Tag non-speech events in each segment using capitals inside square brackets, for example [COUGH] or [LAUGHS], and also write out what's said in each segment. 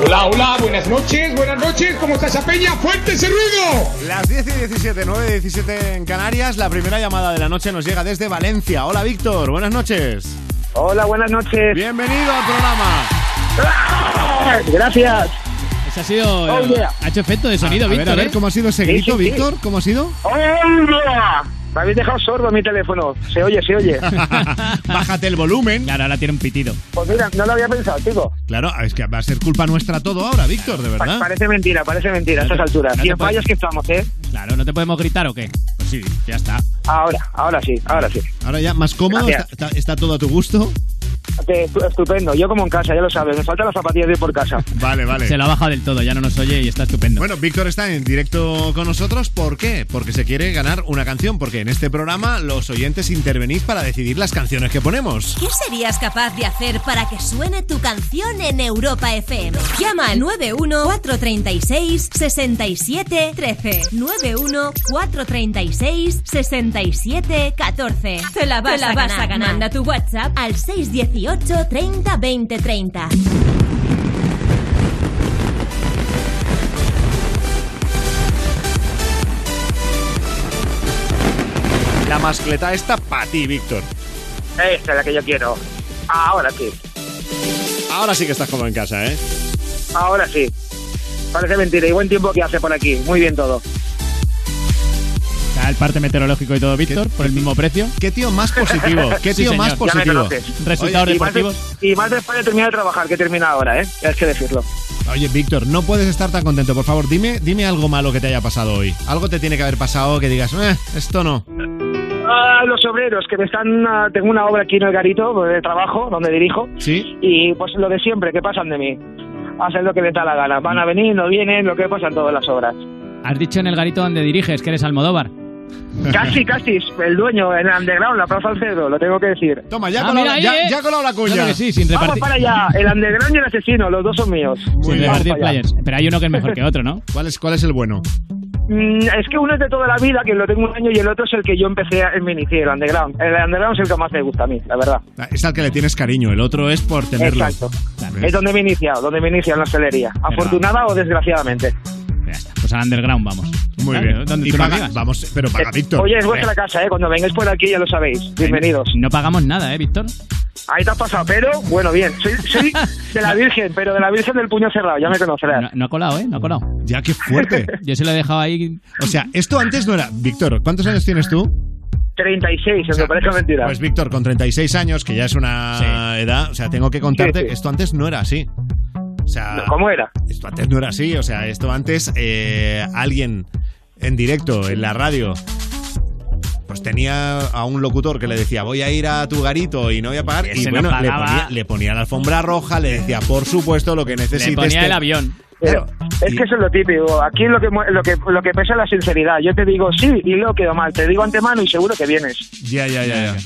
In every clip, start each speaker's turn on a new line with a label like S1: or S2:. S1: Hola, hola, buenas noches, buenas noches, ¿cómo estás, Apeña? ¡Fuerte ese ruido!
S2: Las 10 y 17, 9 y 17 en Canarias, la primera llamada de la noche nos llega desde Valencia. Hola, Víctor, buenas noches.
S3: Hola, buenas noches.
S2: Bienvenido al programa.
S3: Gracias.
S4: Ese ha sido. eh,
S3: Oh, yeah.
S4: Ha hecho efecto de sonido,
S2: Ah, a
S4: Víctor.
S2: ver, a ver,
S4: ¿eh?
S2: ¿cómo ha sido ese
S3: Sí,
S2: grito,
S3: sí, sí.
S2: Víctor? ¿Cómo ha sido?
S3: ¡Hola! Me habéis dejado sordo mi teléfono. Se oye, se
S4: [LAUGHS]
S3: oye.
S2: [LAUGHS] Bájate el volumen.
S4: Claro, ahora tiene un pitido.
S3: Pues mira, no lo había pensado, chico.
S2: Claro, es que va a ser culpa nuestra todo ahora, Víctor, de
S3: Pa-
S2: verdad.
S3: Parece mentira, parece mentira a
S4: No te-
S3: estas alturas.
S4: no
S3: y
S4: te
S3: en
S4: puedes-
S3: fallos que estamos, ¿eh?
S4: Claro, ¿no te podemos gritar o qué?
S2: Pues sí, ya está.
S3: Ahora, ahora sí, ahora sí.
S2: Ahora ya más cómodo, está,
S3: Gracias.
S2: está- está todo a tu gusto.
S3: Te- estu- Estupendo. Yo como en casa, ya lo sabes. Me faltan las zapatillas de ir por casa.
S2: Vale, vale.
S4: Se lo ha bajado del todo, ya no nos oye y está estupendo.
S2: Bueno, Víctor está en directo con nosotros. ¿Por qué? Porque se quiere ganar una canción. Porque en este programa los oyentes intervenís para decidir las canciones que ponemos.
S5: ¿Qué serías capaz de hacer para que suene tu canción en Europa FM? Llama al 91-436-6713. 91-436-6714. Te la vas, a, ganar. Manda tu WhatsApp al 618 30 20 30.
S2: La mascleta está para ti, Víctor.
S3: Esta es la que yo quiero. Ahora sí,
S2: Ahora sí que estás como en casa, ¿eh?
S3: ahora sí. Parece mentira. Y buen tiempo que hace por aquí. Muy bien todo.
S4: Está el parte meteorológico y todo, Víctor, por el mismo precio.
S2: Qué tío más positivo. Qué
S4: [LAUGHS] Sí,
S2: tío
S4: señor.
S2: más
S4: Ya me
S2: positivo.
S3: conoces.
S4: Resultados
S3: Y más, de-
S4: deportivos.
S3: y más después de terminar de trabajar, que termina ahora, ¿eh? Ya es que decirlo.
S2: Oye, Víctor, no puedes estar tan contento. Por favor, dime, dime algo malo que te haya pasado hoy. Algo te tiene que haber pasado que digas, eh, esto no.
S3: Ah, los obreros que me están. ah, tengo una obra aquí en el garito pues, de trabajo, donde dirijo.
S2: ¿Sí?
S3: Y pues lo de siempre, que pasan de mí. Hacen lo que les da la gana. Van a venir, no vienen, lo que pasa en todas las obras.
S4: Has dicho en el garito donde diriges que eres Almodóvar.
S3: Casi, casi, el dueño en underground, la Plaza Alcedo, lo tengo que decir.
S2: Toma, ya,
S4: Ah,
S2: he colado-
S4: mira, ahí,
S2: ya,
S4: eh.
S2: Pues ya he colado la cuña.
S4: Claro que sí, sin
S3: Vamos
S4: repartir.
S3: para allá, el underground y el asesino, los dos son míos.
S4: sin
S2: bien.
S4: repartir
S3: Vamos para allá.
S4: players. Pero hay uno que es mejor que otro, ¿no?
S2: ¿Cuál es, ¿Cuál es el bueno?
S3: Mm, es que uno es de toda la vida, que lo tengo un año, y el otro es el que yo empecé a- en mi inicio, el underground. El underground es el que más me gusta a mí, la verdad.
S2: Es al que le tienes cariño, el otro es por tenerlo.
S3: Exacto.
S2: Claro.
S3: Es donde me he iniciado, donde me he iniciado en la hostelería. Afortunada o desgraciadamente.
S4: Ya está. Pues al underground vamos.
S2: Muy
S4: Claro,
S2: bien.
S4: Donde
S2: Y
S4: tú no
S2: paga-
S4: digas.
S2: vamos, pero paga
S3: Eh,
S2: Víctor.
S3: Oye, es vuestra casa, ¿eh? Cuando vengáis por aquí ya lo sabéis. Bienvenidos.
S4: No pagamos nada, ¿eh, Víctor?
S3: Ahí te has pasado, pero bueno, bien. Soy, soy de
S2: [LAUGHS]
S3: la Virgen, pero de la Virgen del puño cerrado, ya me conocerás.
S4: No, no ha colado, ¿eh? No ha colado.
S2: Ya, qué
S3: [LAUGHS]
S2: fuerte.
S4: Yo se lo he dejado ahí.
S2: O sea, esto antes no era. Víctor, ¿cuántos años tienes tú?
S3: 36, aunque parezca mentira.
S2: Pues Víctor, con 36 años, que ya es una edad, o sea, tengo que contarte
S3: Sí, sí.
S2: que esto antes no era así. O sea,
S3: ¿Cómo era?
S2: esto antes no era así, o sea, esto antes eh, alguien en directo, en la radio, pues tenía a un locutor que le decía, voy a ir a tu garito y no voy a pagar,
S4: Y
S2: y
S4: ese
S2: bueno,
S4: no
S2: le,
S4: pagaba.
S2: ponía, le ponía la alfombra roja, le decía, por supuesto, lo que necesites.
S4: Le ponía
S2: te-
S4: el avión.
S2: Claro.
S3: Es
S2: Y-
S3: que eso es lo típico. Aquí lo que, mu- lo que lo que pesa es la sinceridad. Yo te digo sí y luego quedo mal. Te digo antemano y seguro que vienes.
S2: Ya, ya, ya, ya.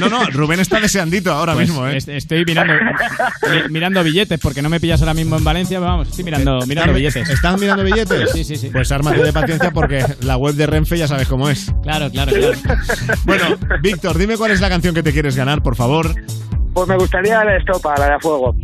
S2: No, no, Rubén está deseandito ahora
S4: Pues,
S2: mismo, ¿eh?
S4: est- Estoy mirando, mi- mirando billetes, porque no me pillas ahora mismo en Valencia, pero vamos, estoy mirando, mirando
S2: ¿Estás-
S4: billetes.
S2: ¿Estás mirando billetes?
S4: Sí, sí, sí.
S2: Pues ármate de paciencia porque la web de Renfe ya sabes cómo es.
S4: Claro, claro, claro.
S2: Bueno, Víctor, dime cuál es la canción que te quieres ganar, por favor.
S3: Pues me gustaría la estopa, la de a fuego.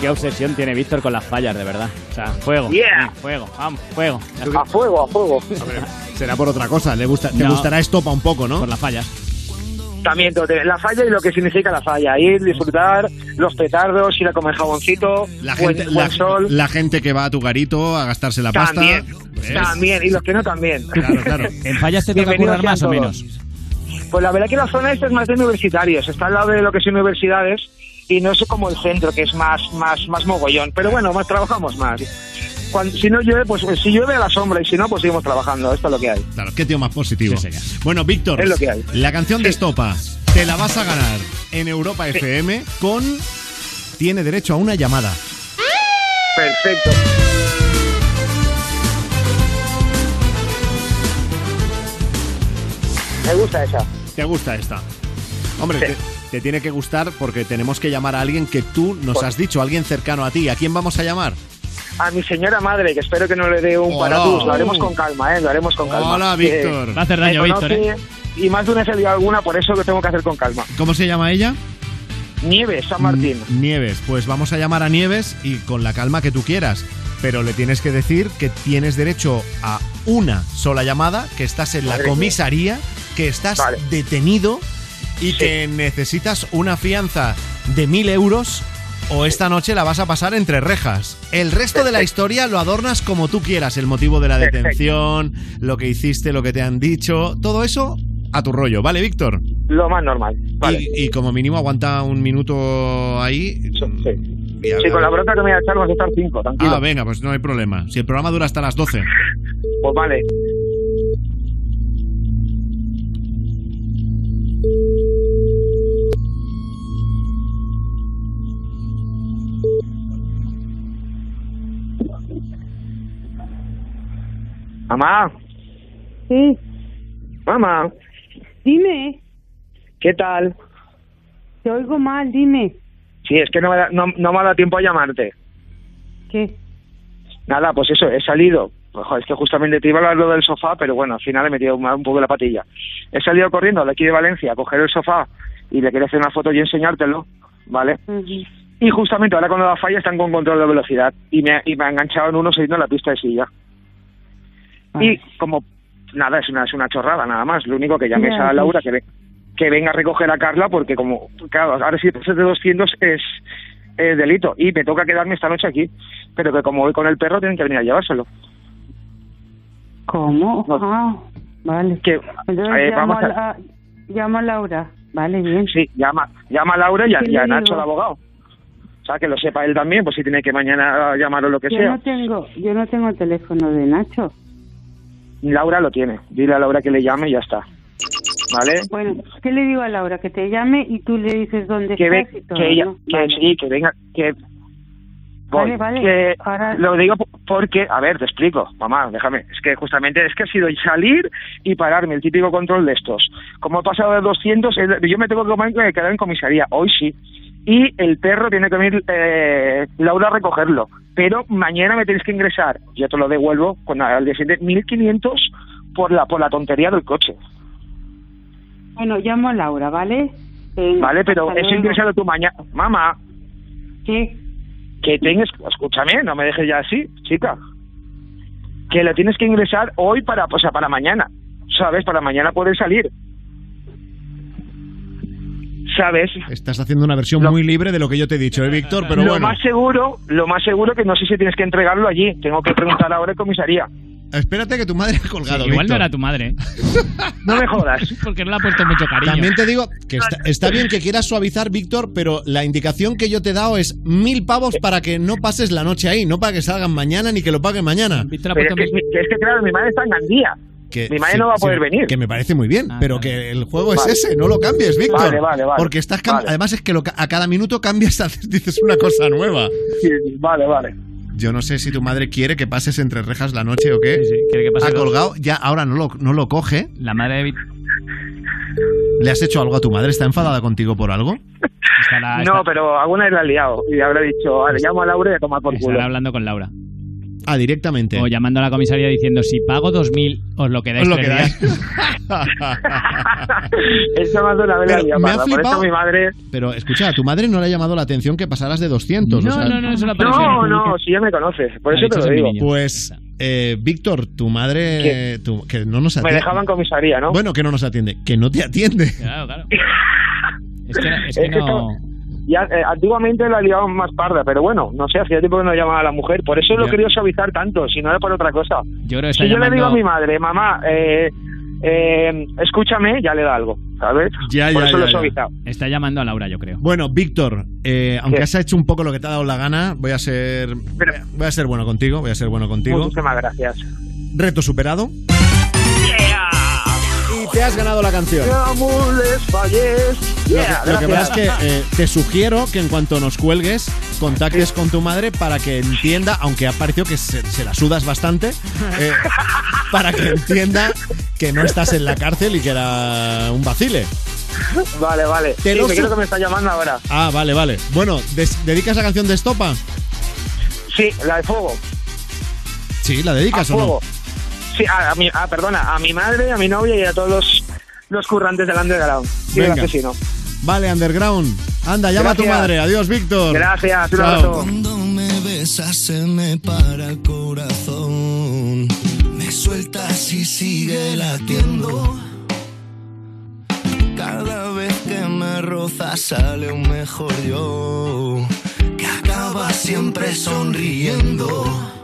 S4: Qué obsesión tiene Víctor con las fallas, de verdad. O sea, fuego.
S3: Yeah.
S4: Fuego, vamos, fuego.
S3: A fuego, a fuego.
S2: Será por otra cosa, le gusta, te
S4: No.
S2: gustará estopa un poco, ¿no?
S4: Por las fallas.
S3: También todo te- la falla y lo que significa la falla. Ir, disfrutar, los petardos, ir a comer jaboncito,
S2: La
S3: buen,
S2: gente,
S3: buen
S2: la,
S3: Pues, sol.
S2: la gente que va a tu garito a gastarse la pasta.
S3: también,
S2: ¿ves?
S3: también. Y los que no también.
S2: Claro, claro.
S4: ¿En fallas te toca
S3: Bienvenidos
S4: currar más o
S3: sean
S4: menos?
S3: todos. [LAUGHS] Pues la verdad que la zona esta es más de universitarios, está al lado de lo que son universidades y no es como el centro, que es más, más, más mogollón. Pero bueno, más trabajamos más. Cuando, si no llueve, pues si llueve a la sombra y si no, pues seguimos trabajando. Esto es lo que hay.
S2: Claro, qué tío más positivo.
S4: Sí, señor.
S2: bueno, Víctor,
S3: Es lo que hay.
S2: la canción de Estopa te la vas a ganar en Europa FM con Tiene derecho a una llamada.
S3: Perfecto. Me gusta esa.
S2: ¿Te gusta esta? Hombre,
S3: Sí.
S2: te- te tiene que gustar porque tenemos que llamar a alguien que tú nos has dicho, alguien cercano a ti. ¿A quién vamos a llamar?
S3: A mi señora madre, que espero que no le dé un
S2: Hola.
S3: patatús. Lo haremos con calma, ¿eh? Lo haremos con calma.
S2: Hola,
S3: Que
S2: Víctor.
S4: Va a hacer
S3: me
S4: daño, Víctor,
S3: conoce
S4: ¿eh?
S3: Y más de una se lió alguna, por eso lo tengo que hacer con calma.
S2: ¿Cómo se llama ella?
S3: Nieves, San Martín.
S2: Mm, Nieves, pues vamos a llamar a Nieves y con la calma que tú quieras. Pero le tienes que decir que tienes derecho a una sola llamada, que estás en la
S3: Madre mía.
S2: comisaría, que estás
S3: Vale.
S2: detenido y que necesitas una fianza de mil euros o esta noche la vas a pasar entre rejas. El resto de la historia lo adornas como tú quieras, el motivo de la
S3: Perfecto.
S2: detención, lo que hiciste, lo que te han dicho, todo eso a tu rollo, ¿vale, Víctor?
S3: Lo más normal. Vale.
S2: Y, y como mínimo aguanta un minuto ahí.
S3: Sí, sí.
S2: Y a
S3: Sí,
S2: ver.
S3: con la bronca que me voy a echar vamos a estar cinco, tranquilo.
S2: Ah, venga, pues no hay problema. Si el programa dura hasta las 12.
S3: Pues vale. Mamá,
S6: Sí,
S3: mamá,
S6: dime,
S3: ¿qué tal?
S6: te oigo mal, dime.
S3: Sí, es que no me, da- no, no me ha dado tiempo a llamarte.
S6: ¿Qué?
S3: Nada, pues eso, he salido. Pues, joder, es que justamente te iba a hablar lo del sofá, pero bueno, al final he metido un, un poco la patilla. He salido corriendo de aquí de Valencia a coger el sofá y le quería hacer una foto y enseñártelo, ¿vale?
S6: Ujú.
S3: Y justamente ahora cuando la falla están con control de velocidad y me, ha- y me ha enganchado en uno saliendo a la pista de silla. Y
S6: Vale.
S3: como nada, es una, es una chorrada nada más. Lo único que llames
S6: Ya, pues.
S3: a
S6: sí.
S3: Laura que, ve- que venga a recoger a Carla porque como, claro, ahora si pasas de 200 es, es delito y me toca quedarme esta noche aquí. Pero que como voy con el perro tienen que venir a llevárselo.
S6: ¿Cómo?
S3: No.
S6: Ah, vale.
S3: Que,
S6: Entonces
S3: eh,
S6: llamo,
S3: vamos
S6: a... la- llamo a Laura. Vale, bien.
S3: Sí, llama, llama a Laura y a,
S6: ¿Qué
S3: y a
S6: le digo?
S3: Nacho, el abogado. O sea, que lo sepa él también, pues si tiene que mañana llamar o lo que
S6: yo
S3: sea.
S6: no tengo, yo no tengo el teléfono de Nacho.
S3: Laura lo tiene. Dile a Laura que le llame y ya está. ¿Vale?
S6: Bueno, ¿qué le digo a Laura? Que te llame y tú le dices dónde
S3: que ve,
S6: estás y todo,
S3: que ella,
S6: ¿no?
S3: que
S6: Vale.
S3: sí, que venga, que voy,
S6: Vale, vale,
S3: que
S6: ahora-
S3: lo digo po- porque, a ver, te explico, mamá, déjame, es que justamente es que ha sido salir y pararme, el típico control de estos. Como he pasado de 200, el- yo me tengo que comer- que quedar en comisaría, hoy sí. Y el perro tiene que venir eh, Laura a recogerlo. Pero mañana me tenéis que ingresar, yo te lo devuelvo con al día siguiente, 1.500 por la, por la tontería del coche.
S6: Bueno, llamo a Laura, ¿vale? Venga,
S3: ¿Vale? Pero
S6: hasta
S3: eso
S6: luego.
S3: ingresado tú mañana. Mamá,
S6: ¿Qué?
S3: que tengas, escúchame, no me dejes ya así, chica, que lo tienes que ingresar hoy para, o sea, para mañana, ¿sabes? Para mañana poder salir. ¿Sabes?
S2: Estás haciendo una versión
S3: Lo-
S2: muy libre de lo que yo te he dicho, ¿eh, Víctor? Pero
S3: lo
S2: bueno.
S3: más seguro, lo más seguro que no sé si tienes que entregarlo allí, tengo que preguntar ahora en comisaría.
S2: Espérate que tu madre ha
S4: Sí,
S2: colgado.
S4: igual no
S2: Víctor.
S4: era tu madre, ¿eh?
S3: No
S2: [LAUGHS]
S3: me jodas.
S4: porque no le ha puesto mucho cariño.
S2: También te digo que está, está bien que quieras suavizar, Víctor, pero la indicación que yo te he dado es mil pavos
S3: Eh.
S2: para que no pases la noche ahí, no para que salgan mañana ni que lo paguen mañana.
S4: Víctor ha
S3: Pero es que,
S4: puesto mi-
S3: que es que, claro, mi madre está en Gandía.
S2: Que-
S3: mi madre
S2: sí,
S3: no va a
S2: sí,
S3: poder venir.
S2: Que me parece muy bien,
S4: Ah,
S2: pero
S4: vale.
S2: que el juego
S3: Vale.
S2: es ese, no lo cambies, Víctor.
S3: Vale, vale, vale.
S2: Porque estás cam-
S3: Vale.
S2: además es que lo ca- a cada minuto cambias, [LAUGHS] haces- dices una cosa nueva.
S3: Sí, vale, vale.
S2: Yo no sé si tu madre quiere que pases entre rejas la noche o qué.
S4: Sí, sí, quiere que pase
S2: ha
S4: todo.
S2: colgado, ya ahora no lo, no lo coge.
S4: La madre de Víctor
S2: ¿Le has hecho algo a tu madre? ¿Está enfadada contigo por algo? Ah,
S4: estará,
S3: no,
S4: estará-
S3: pero alguna vez la he liado y habrá dicho, vale, llamo a Laura y a tomar por culo.
S4: estará hablando con Laura.
S2: Ah, directamente.
S4: O llamando a la comisaría diciendo, si pago 2.000, os lo quedáis
S2: Os lo
S4: tres
S2: quedáis. [LAUGHS]
S4: días".
S3: [LAUGHS] Eso más de una vez la he
S2: Pero
S3: liado,
S2: me ha
S3: parda, por
S2: flipado-
S3: eso mi madre...
S2: Pero escucha, a tu madre no le ha llamado la atención que pasaras de 200. o
S4: No,
S2: sea,
S4: no, no, eso lo ha
S3: No,
S4: parecido.
S3: no, si ya me conoces, por
S4: Ha
S3: eso te
S4: dicho
S3: lo
S4: ese
S3: digo.
S4: niño.
S2: Pues, eh, Víctor, tu madre. tu- que no nos
S3: Me
S2: atiende.
S3: dejaban comisaría, ¿no?
S2: Bueno, que no nos atiende. Que no te atiende.
S3: [LAUGHS]
S4: Claro, claro. Es que, era- es
S3: Es
S4: que
S3: que
S4: no...
S3: estaba- Ya, eh, antiguamente la liaban más parda, pero bueno, no sé, hacía tiempo que no llamaban a la mujer, por eso lo
S2: Ya.
S3: he querido suavizar tanto, si no era por otra cosa.
S4: Yo creo que está
S3: Si yo le
S4: llamando...
S3: digo a mi madre, mamá, eh, eh, escúchame, ya le da algo, ¿sabes?
S2: Ya,
S3: por
S2: ya,
S3: eso
S2: ya,
S3: lo he
S2: ya.
S3: suavizado.
S4: Está llamando a Laura, yo creo.
S2: Bueno, Víctor, eh, aunque
S3: ¿Qué?
S2: has hecho un poco lo que te ha dado la gana, voy a ser.
S3: Pero-
S2: Voy a ser bueno contigo, voy a ser bueno contigo.
S3: Muchísimas gracias.
S2: Reto superado. Y te has ganado la canción.
S3: Te amo, les falles.
S2: Lo
S3: Yeah,
S2: que, lo que
S3: gracias.
S2: pasa es que eh, te sugiero que en cuanto nos cuelgues, contactes con tu madre para que entienda, aunque ha parecido que se, se la sudas bastante,
S3: [LAUGHS]
S2: eh, para que entienda que no estás en la cárcel y que era un vacile.
S3: Vale, vale.
S7: Te
S3: Sí,
S7: lo
S3: me
S7: su-
S3: creo que me está llamando ahora.
S7: Ah, vale, vale. Bueno, des- ¿dedicas la canción de Estopa?
S3: Sí, la de fuego.
S7: Sí, ¿la
S3: A
S7: dedicas o no?
S3: fuego. Sí, a, a mi, ah, perdona, a mi madre, a mi novia y a todos los, los currantes del underground. Y el
S7: Venga.
S3: asesino.
S7: Vale, Underground. Anda, llama a tu
S3: Gracias.
S7: madre. Adiós, Víctor.
S3: Gracias, un
S7: Chao.
S3: abrazo.
S2: Cuando me besas se me para el corazón. Me sueltas y sigue latiendo. Cada vez que me rozas sale un mejor yo. Que acaba siempre sonriendo.